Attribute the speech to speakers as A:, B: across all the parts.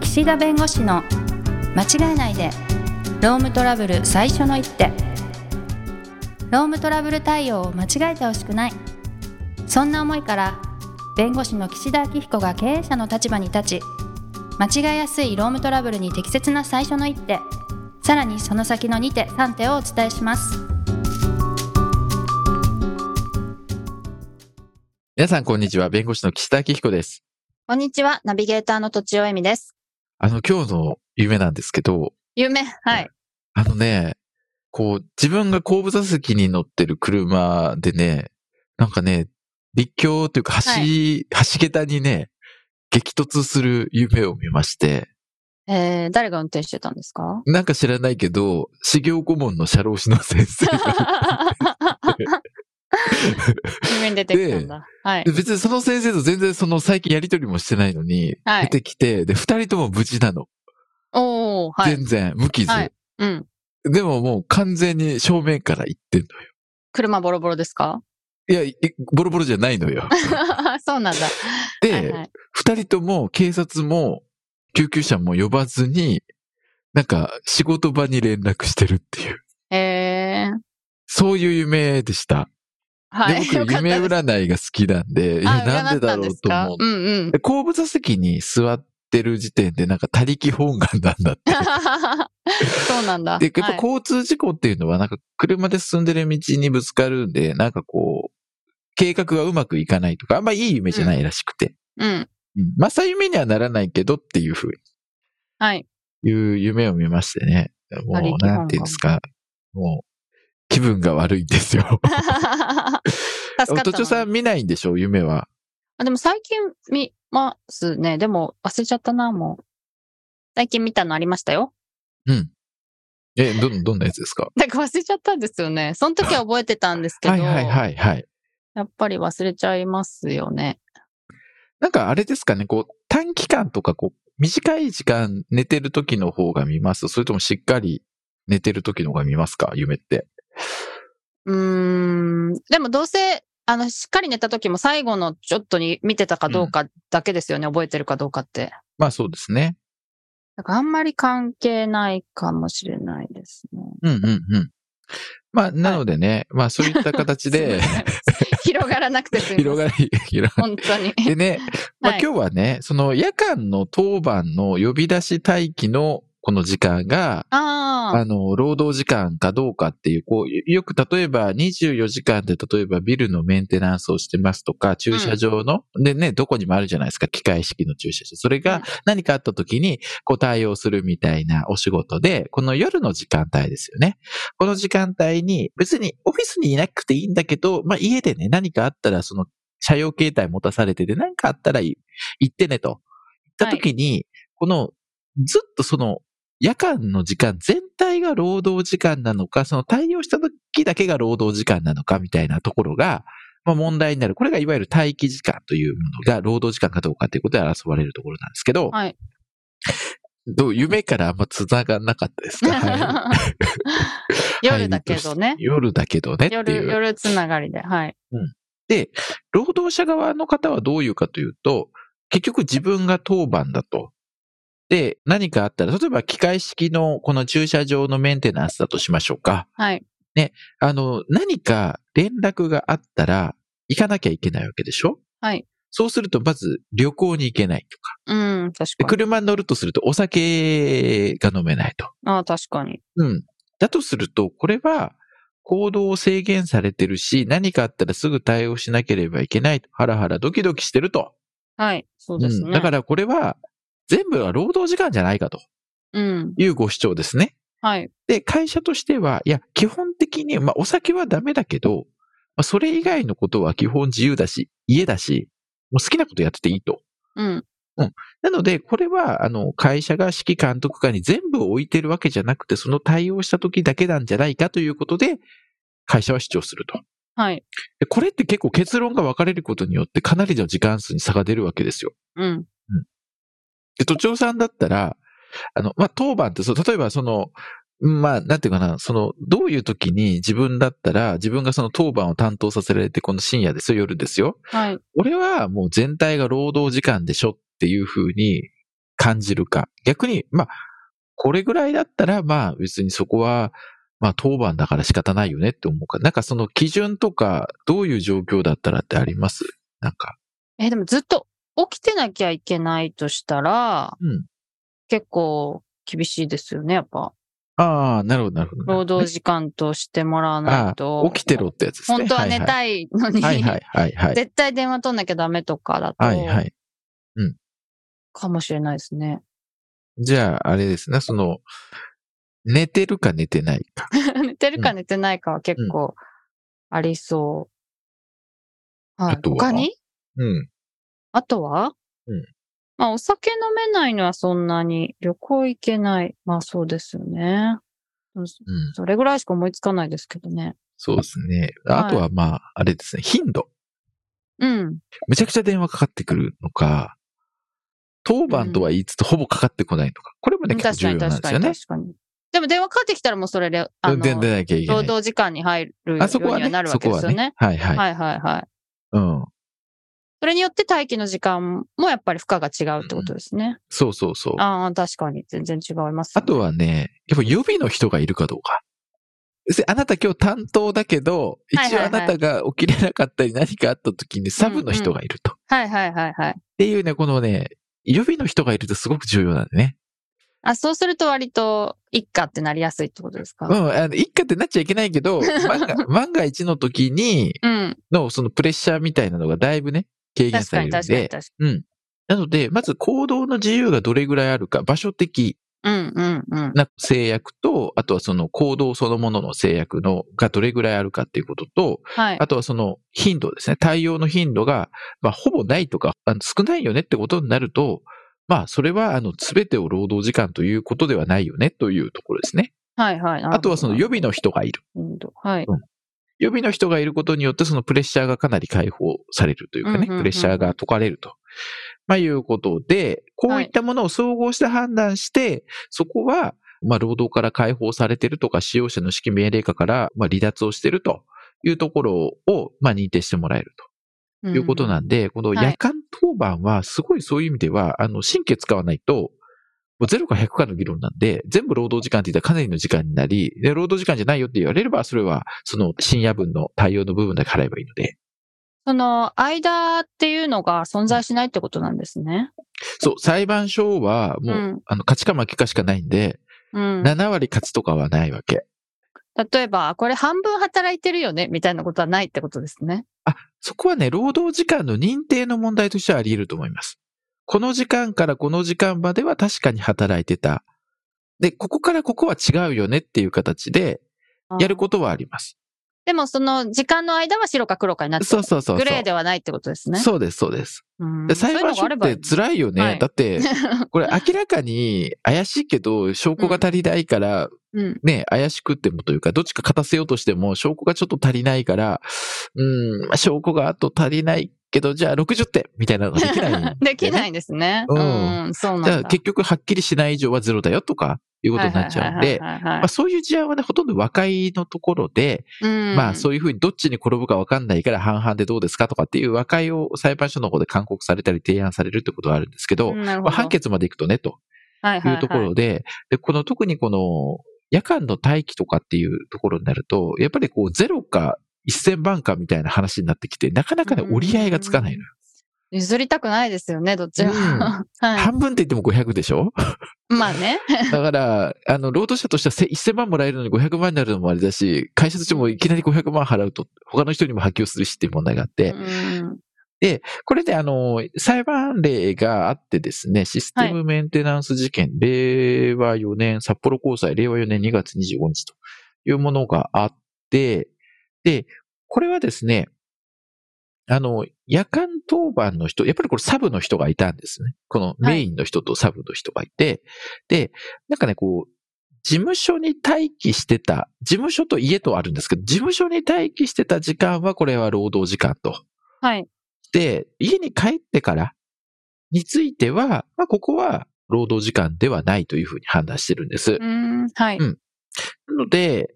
A: 岸田弁護士の間違えないでロームトラブル最初の一手ロームトラブル対応を間違えてほしくないそんな思いから弁護士の岸田明彦が経営者の立場に立ち間違えやすいロームトラブルに適切な最初の一手さらにその先の2手3手をお伝えします
B: 皆さん、こんにちは。弁護士の岸田明彦です。
C: こんにちは、ナビゲーターのとちおえみです。
B: あの、今日の夢なんですけど、
C: 夢、はい。
B: あのね、こう、自分が後部座席に乗ってる車でね、なんかね、立教というか橋、
C: は
B: 橋桁にね、激突する夢を見まして、
C: えー、誰が運転してたんですか
B: なんか知らないけど、修行顧問の社労士の先生が
C: 夢に出てきたんだ。はい
B: で。別にその先生と全然その最近やりとりもしてないのに、
C: は
B: 出
C: い。
B: てきて、で、二人とも無事なの。
C: おー、はい。
B: 全然、無傷。
C: はいうん。
B: でももう完全に正面から行ってんのよ。
C: 車ボロボロですか
B: いや、いボロボロじゃないのよ。
C: そうなんだ。
B: で、
C: はいはい。
B: 二人とも警察も救急車も呼ばずに、なんか仕事場に連絡してるっていう、
C: えー、
B: そういう夢でした。
C: は
B: で
C: い。よ
B: 僕
C: かった
B: 夢
C: です
B: 占いが好きなんで、いや
C: あ
B: なんでだろうと思
C: 占ったんですか
B: う。
C: うんうん
B: で。後部座席に座ってる時点でなんか他力本願なんだって。
C: そうなんだ。
B: で、やっぱ
C: はい
B: 交通事故っていうのはなんか車で進んでる道にぶつかるんで、なんかこう、計画がうまくいかないとか、あんまいい夢じゃないらしくて。
C: うん。
B: うん、まさ夢にはならないけどっていうふう
C: はい。
B: に、いう夢を見ましてね。も
C: 他力
B: う、
C: 本願
B: なんていうんですか。もう、気分が悪いんですよ。
C: 助かっ
B: と
C: た
B: ちょ
C: の
B: さん見ないんでしょ夢は。
C: あ。でも最近見ますね。でも忘れちゃったな、もう。最近見たのありましたよ。
B: え、ど、どんなやつですか
C: なんか忘れちゃったんですよね。その時は覚えてたんですけ ど、
B: はいはいはいはい。
C: やっぱり忘れちゃいますよね。
B: なんかあれですかね、こう、短期間とか、こう、短い時間寝てる時の方が見ますそれともしっかり寝てる時の方が見ますか夢って。
C: うーん。でもどうせ、あの、しっかり寝た時も最後のちょっとに見てたかどうかだけですよね。覚えてるかどうかって。
B: まあそうですね。
C: だからあんまり関係ないかもしれないですね。
B: うんうんうん。まあ、なのでね、まあそういった形で、
C: すいません広がらなくてすみま
B: 広
C: せん。
B: がり、広が
C: 本当に。
B: り。でね、まあ
C: はい
B: 今日はね、その夜間の当番の呼び出し待機のこの時間が、
C: あ
B: あの、労働時間かどうかっていう、こう、よく例えば24時間で例えばビルのメンテナンスをしてますとか、駐車場の、でね、どこにもあるじゃないですか、機械式の駐車場。それ
C: う
B: が
C: ん
B: 何かあった時に、こう対応するみたいなお仕事で、この夜の時間帯ですよね。この時間帯に、別にオフィスにいなくていいんだけど、まあ家でね、何かあったらその車用携帯持たされてて、何かあったらい行ってねと。行った時に、この、ずっとその、夜間の時間全体が労働時間なのか、その対応した時だけが労働時間なのかみたいなところが、まあ問題になる。これがいわゆる待機時間というものが労働時間かどうかということで争われるところなんですけど、
C: あ。はい。
B: どう夢からあんま繋がんなかったですか、 はい
C: 夜だけどね。
B: 夜だけどねっていう。
C: 夜、夜つながりで。はい。
B: 労働者側の方はどういうかというと、結局自分が当番だと。で、何かあったら、例えば機械式のこの駐車場のメンテナンスだとしましょうか。
C: はい。
B: あの、何か連絡があったら行かなきゃいけないわけでしょ
C: はい。
B: そうすると、まず旅行に行けないとか。
C: うん、確
B: で
C: かに。
B: 車に乗るとするとお酒が飲めないと。
C: ああ、確かに。
B: うん。だとすると、これは行動を制限されてるし、何かあったらすぐ対応しなければいけないと。ハラハラドキドキしてると。
C: はい。そうです
B: う
C: ね。
B: んだからこれは、全部は労働時間じゃないかと
C: うん。
B: いうご主張ですね。
C: はい。
B: で、会社としては、いや、基本的に、まあ、お酒はダメだけど、まあ、それ以外のことは基本自由だし、家だし、もう好きなことやってていいと。
C: うん。
B: なので、これは、あの、会社が指揮監督下に全部置いてるわけじゃなくて、その対応した時だけなんじゃないかということで、会社は主張すると。
C: はい。
B: でこれって結構結論が分かれることによって、かなりの時間数に差が出るわけですよ。
C: うん。
B: で、都庁さんだったら、あの、まあ、当番って、そう、例えばその、まあ、なんていうかな、その、どういう時に自分だったら、自分がその当番を担当させられて、この深夜ですよ、夜ですよ。
C: はい。
B: 俺はもう全体が労働時間でしょっていうふうに感じるか。逆に、まあ、これぐらいだったら、まあ別にそこは、まあ当番だから仕方ないよねって思うか。なんかその基準とか、どういう状況だったらってありますなんか。
C: え、でもずっと起きてなきゃいけないとしたら、
B: うん。
C: 結構厳しいですよね、やっぱ。
B: ああ、なるほど、なるほど。
C: 労働時間としてもらわないと。
B: 起きてろってやつですね。
C: 本当は寝
B: い。
C: たいのに、
B: はいはいはいはい。
C: 絶対電話取んなきゃダメとかだ
B: はいは
C: と、
B: い。
C: かもしれないです ね。
B: じゃあ、あれですね、その、寝てるか寝てないか。
C: 寝てるか寝てないかは結構ありそう。はい
B: あとは
C: 他に
B: うん。
C: あとは
B: うん
C: まあ、お酒飲めないのはそんなに、旅行行けない。まあ、そうですよね。う
B: う
C: ん
B: ん。
C: それぐらいしか思いつかないですけどね。
B: そうですね。
C: はい
B: あとはまあ、あれですね、頻度。
C: うん。
B: めちゃくちゃ電話かかってくるのか、当番とは言いつつほぼかかってこないのか。これもね、結構
C: 確か
B: 重要
C: に
B: なんで
C: 確
B: す
C: か
B: よ
C: に
B: ね。
C: 確かに。でも電話かかってきたらもうそれで、あの、
B: で出なきゃいけ
C: 労
B: ない。
C: 働時間に入るよ
B: あそうこは
C: には
B: ね
C: なる、わ
B: そ
C: け
B: こ
C: で
B: は
C: すよ
B: ね
C: ね。。
B: はいはい。
C: はいはいはい。
B: うん。
C: それによって待機の時間もやっぱり負荷が違うってことですね。
B: そうそうそう。あ
C: ああ、確かに。全然違います、
B: と、はね、やっぱ予備の人がいるかどうか。要するにあなた今日担当だけど、
C: はい
B: 一
C: はい
B: 応
C: は
B: あ
C: い
B: なたが起きれなかったり何かあった時にサブの人がいると。っ
C: はいはいはいはい。
B: ていうね、このね、予備の人がいるとすごく重要なんでね。
C: あ、そうすると割と、一家ってなりやすいってことですか
B: うん、あの、一家ってなっちゃいけないけ ど、万が万が一の時に、
C: うん。
B: のそのプレッシャーみたいなのがだいぶね、軽減
C: 確
B: さ
C: か
B: れ
C: に
B: るん
C: 確かに
B: で
C: 確。かに。
B: うん。なので、まず行動の自由がどれぐらいあるか、場所的
C: うんうんうん。
B: な制約と、あとはその行動そのものの制約のがどれぐらいあるかっていうことと、
C: はい。
B: あとはその頻度ですね。対応の頻度が、まあ、ほぼないとか、あの少ないよねってことになると、まあ、それは、あの、すべてを労働時間ということではないよねというところですね。
C: はいはい。
B: あとはその予備の人がいる。
C: インド。はい。
B: 予備の人がいることによって、そのプレッシャーがかなり解放されるというか
C: うんう
B: ね、
C: んうんうん
B: プレッシャーが解かれると。まあ、いうことで、こういったものを総合して判断して、そこは、まあ、労働から解放されてるとか、使用者の指揮命令下から、まあ、離脱をしてるというところを、まあ、認定してもらえる
C: と
B: ということなんで、この
C: はい
B: 夜間当番は、すごいそういう意味では、あの、神経使わないと、もう0か100かの議論なんで、全部労働時間って言ったらかなりの時間になり、で、労働時間じゃないよって言われれば、それは、その深夜分の対応の部分だけ払えばいいので、
C: その、間っていうのが存在しないってことなんですね。
B: そう、裁判所は、もう、
C: うん
B: あの、勝ちか負けかしかないんで、
C: うん。
B: 7割勝ちとかはないわけ。
C: 例えば、これ半分働いてるよねみたいなことはないってことですね。
B: そこはね、労働時間の認定の問題としてはあり得ると思います。この時間からこの時間までは確かに働いてた。で、ここからここは違うよねっていう形で、やる
C: あー
B: ことはあります。
C: でも、その、時間の間は白か黒かになってる
B: そうそうそうそう。
C: グレーではないってことですね。
B: そうです、そうです。
C: うん
B: で裁判所
C: そういうのがあればい
B: っ
C: い
B: て辛いよね。
C: はい
B: だ って、これ明らかに怪しいけど、証拠が足りないから、
C: うん。
B: ね、怪しくってもというか、どっちか勝たせようとしても、証拠がちょっと足りないから、うん、まあ証拠があと足りないけど、じゃあ60点みたいなのができないんだよね、
C: できないんですね。
B: う
C: うんん、そう
B: じゃ
C: な
B: あ
C: んだ。
B: 結局はっきりしない以上はゼロだよとかいうことになっちゃうんで、
C: はいはいはいはい
B: まあ、そういう事案はね、ほとんど和解のところで、
C: うん
B: まあそういうふうにどっちに転ぶかわかんないから半々でどうですかとかっていう和解を裁判所の方で勧告されたり提案されるってことはあるんですけど、
C: うんなるほ
B: まあ、
C: ど
B: 判決までいくとね、と
C: はい
B: い
C: はいう
B: ところで、で、この特にこの夜間の待機とかっていうところになると、やっぱりこうゼロか1000番かみたいな話になってきて、なかなかね、折り合いがつかないのよ。
C: 譲りたくないですよね、どっちも。
B: うん
C: はい。
B: 半分って言っても500でし ょ
C: まあね。
B: だから、あの、労働者としてはせ1000万もらえるのに500万になるのもあれだし、会社としてもいきなり500万払うと、他の人にも波及するしっていう問題があって、
C: うん
B: これであの、裁判例があってですね、システムメンテナンス事件、令和4年、札幌高裁、令和4年2月25日というものがあって、で、これはですね、あの、夜間当番の人、やっぱりこれサブの人がいたんですね。このメインの人とサブの人がいて、で、なんかね、こう、事務所に待機してた、事務所と家とあるんですけど、事務所に待機してた時間は、これは労働時間と。
C: はい。
B: で、家に帰ってからについては、まあ、ここは労働時間ではないというふうに判断してるんです。
C: うん。はい。
B: うんなので、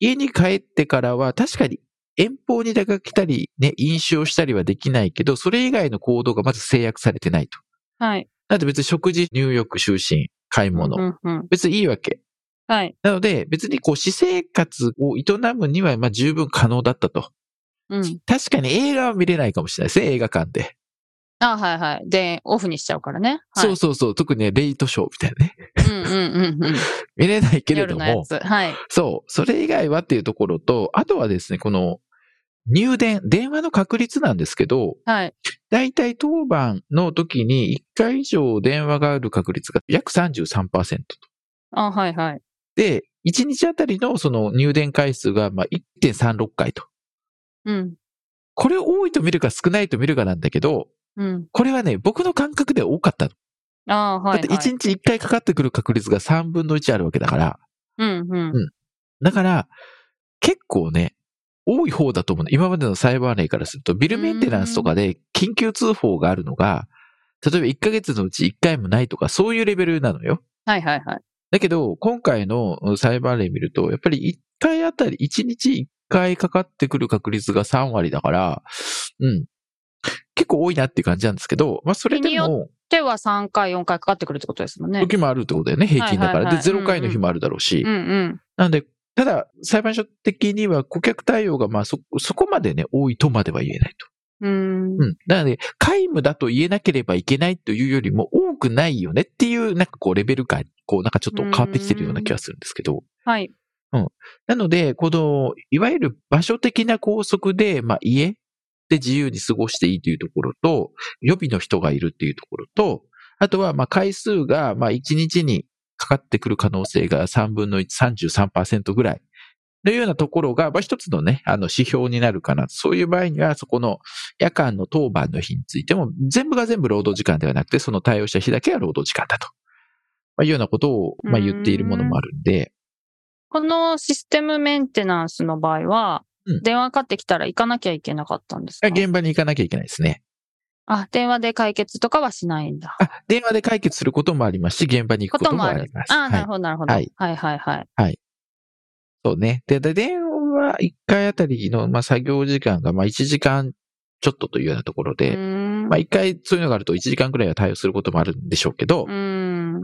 B: 家に帰ってからは確かに遠方に出かけたり、ね、飲酒をしたりはできないけど、それ以外の行動がまず制約されてないと。
C: はい。
B: だって別に食事、入浴、就寝、買い物。
C: うんうん。
B: 別にいいわけ。
C: はい。
B: なので、別にこう、私生活を営むには、まあ十分可能だったと。
C: うん。
B: 確かに映画は見れないかもしれないですね、映画館で。
C: あはいはい。で、オフにしちゃうからね。はい、
B: そうそうそう、特にね、レイトショーみたいなね。
C: うんうんうんうん。
B: 見れない けれ
C: 夜
B: ど
C: のや
B: も、
C: つ。はい。
B: そう、それ以外はっていうところと、あとはですね、この、入電、電話の確率なんですけど、
C: はい。
B: だいたい当番の時に1回以上電話がある確率が約33%と。
C: あはいはい。
B: で、1日あたりのその入電回数がまあ1.36回と。
C: うん。
B: これを多いと見るか少ないと見るかなんだけど、
C: うん。
B: これはね、僕の感覚では多かったの。
C: あはい、はい。
B: だって1日1回かかってくる確率が3分の1あるわけだから。
C: うんうん。
B: だから、結構ね、多い方だと思うの。今までのサイバー例からすると、ビルメンテナンスとかで緊急通報があるのが、例えば1ヶ月のうち1回もないとか、そういうレベルなのよ。
C: はいはいはい。
B: だけど、今回のうんサイバー例見ると、やっぱり1回あたり、1日1回かかってくる確率が3割だから、うん。結構多いなっていう感じなんですけど、まあそれ
C: 日に
B: で
C: よ
B: も、
C: では3回、4回かかってくるってことですもんね。
B: 時もあるってことだよね、平均だから。
C: はいはいはい
B: で、0回の日もあるだろうし。
C: うんうん。
B: なんで、ただ、裁判所的には顧客対応が、まあそ、そこまでね、多いとまでは言えないと。
C: うーん。
B: うん。なので、皆無だと言えなければいけないというよりも、多くないよねっていう、なんかこう、レベル感、こう、なんかちょっと変わってきてるような気がするんですけど。
C: はい。
B: なので、この、いわゆる場所的な拘束で、まあ、家で自由に過ごしていいというところと、予備の人がいるっていうところと、あとは、まあ、回数が、まあ、1日にかかってくる可能性が3分の1、33%ぐらい。というようなところが、まあ、一つのね、あの、指標になるかな。そういう場合には、そこの夜間の当番の日についても、全部が全部労働時間ではなくて、その対応した日だけが労働時間だと。まあ、いうようなことを、まあ、言っているものもあるんで、
C: このシステムメンテナンスの場合は、
B: うん
C: 電話かかってきたら行かなきゃいけなかったんですか
B: 現場に行かなきゃいけないですね。
C: あ、電話で解決とかはしないんだ。
B: あ、電話で解決することもありますし、現場に行くこともあります。
C: ああ、なる
B: はい。
C: ほど、なるほど。
B: は
C: はいい、はい、はい。
B: そうね。で、で電話1回あたりの、まあ、作業時間が、まあ、1時間ちょっとというようなところ
C: う
B: で、
C: ーん。
B: まあ、1回そういうのがあると1時間くらいは対応することもあるんでしょうけど、
C: うーん。
B: うん。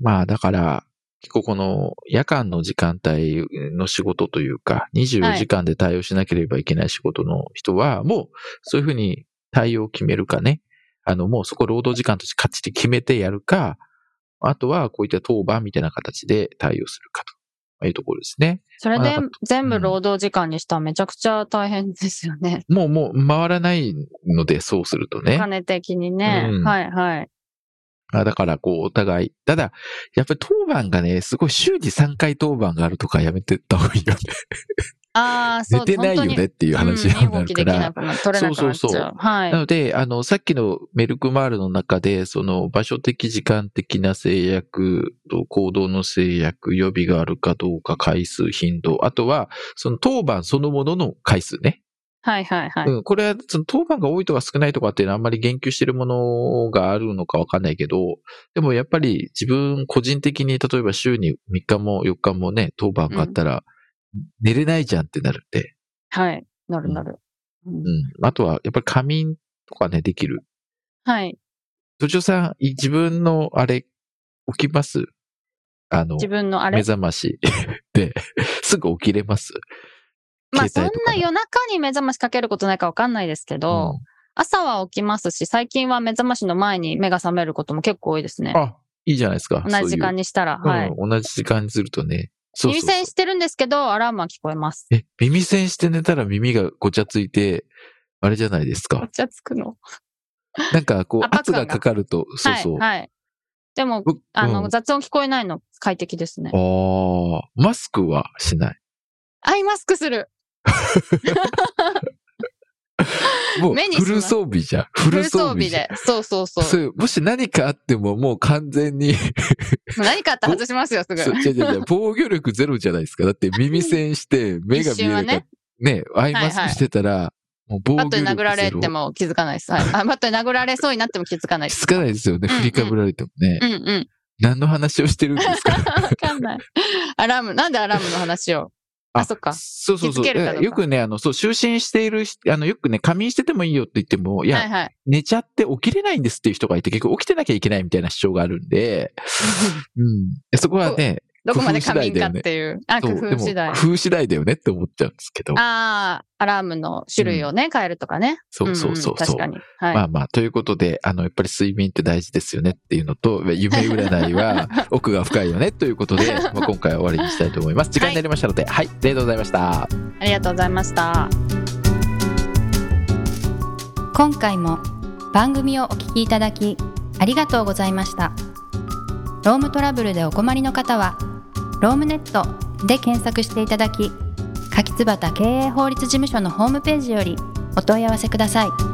B: まあ、だから、結構この夜間の時間帯の仕事というか、
C: は
B: 24
C: い
B: 時間で対応しなければいけない仕事の人は、もうそういうふうに対応を決めるかね。あの、もうそこ労働時間として勝ちで決めてやるか、あとはこういった当番みたいな形で対応するかというところですね。
C: それ
B: まあ
C: で
B: なんか
C: 全部労働時間にしたらめちゃくちゃ大変ですよね。
B: もうもう回らないので、そうすると ね。
C: お金的にね。
B: うん
C: はい、はい。
B: あだから、こう、お互い。ただ、やっぱり当番がね、すごい週に3回当番があるとかやめてった方がいいよね。
C: ああ、そ
B: 寝
C: う
B: てないよ
C: 本当
B: ね
C: に
B: っていう話に
C: う
B: な
C: ん身動
B: る
C: き
B: か
C: できな
B: ら。
C: くなる取れなくなっち
B: そうそう
C: ゃ。
B: そう
C: はい。
B: なので、あの、さっきのメルクマールの中で、その場所的時間的な制約と行動の制約、予備があるかどうか、回数、頻度、あとは、その当番そのものの回数ね。
C: はいはいはい。
B: うん、これは、その当番が多いとか少ないとかっていうのはあんまり言及してるものがあるのかわかんないけど、でもやっぱり自分個人的に、例えば週に3日も4日もね、当番があったら、寝れないじゃんってなるんで、
C: はい。なるなる。うん
B: うん。あとは、やっぱり仮眠とかね、できる。
C: はい。
B: 土壌さん、い自分のあれ、起きますあの、
C: 自分のあ
B: 目
C: れ。
B: 覚まし で、すぐ起きれます
C: まあそん
B: 携帯とか
C: な
B: ね
C: 夜中に目覚ましかけることないかわかんないですけど、朝は起きますし、最近は目覚ましの前に目が覚めることも結構多いですね
B: うん。あ、いいじゃないですか。
C: 同じ時間
B: に。
C: にしたら。
B: そう
C: はい。
B: うん、同じ時間にするとね。そうそ
C: 耳
B: うそう
C: 栓してるんですけど、アラームは聞こえます。
B: え、耳栓して寝たら耳がごちゃついて、あれじゃないです
C: お
B: か。
C: 茶つくの
B: なんかこう、
C: 圧
B: 圧
C: 迫感
B: が
C: が
B: かかると、そうそう。
C: はい。はい。でも、
B: 僕
C: あ
B: う
C: の、
B: ん
C: 雑音聞こえないの快適ですね。
B: ああ、マスクはしない。
C: アイマスクする。
B: もう、
C: 目にしま
B: フ
C: す
B: ル装備じゃん。フ
C: フ
B: ル
C: ル装
B: 装備
C: 備
B: じゃん
C: で。そうそうそう。
B: そういうもし何かあってももう完全に
C: 何かあったら外しますよ、すぐ。
B: そう違う違 う違う防御力ゼロじゃないですか。だって耳栓して目が見えるか、
C: 一瞬は
B: ねアイマスクしてたら、もう防御
C: バッ
B: 力
C: ト
B: ゼ
C: に
B: ロ。
C: 殴られても気づかないです。はい、あバットに殴られそうになっても気づかない です。
B: つかないですよね。
C: うんうん
B: 振りかぶられてもね。
C: うんうん。
B: 何の話をしてるんですか
C: わかんない。アラーム、なんでアラームの話を。あ、そっか。
B: そうそうそう。
C: 気づけるかどうか
B: よくね、あの、そう、就寝している人、あの、よくね、仮眠しててもいいよって言っても、いや、
C: はいはい。
B: 寝ちゃって起きれないんですっていう人がいて、結局起きてなきゃいけないみたいな主張があるん で、うん。そこはね、
C: どこまで仮
B: 工夫次第だ
C: 眠か
B: よね
C: っていう。あ、工
B: そうで
C: 夫
B: も
C: 次第。あ
B: 工夫次第だよねって思っちゃうんですけど。
C: あー、アラームの種類をね、変えるとかね。
B: そうそうそうそ
C: 確
B: う。
C: かに。はい。
B: まあまあ、ということで、あの、やっぱり睡眠って大事ですよねっていうのと、夢占い は奥が深いよねということで、まあ、今回は終わりにしたいと思います。時間になりましたので、はい、ありがとうございました。
C: ありがとうございました。
A: 今回も番組をお聞きいただきありがとうございましたロームトラブルでお困りの方はロームネットで検索していただき柿椿経営法律事務所のホームページよりお問い合わせください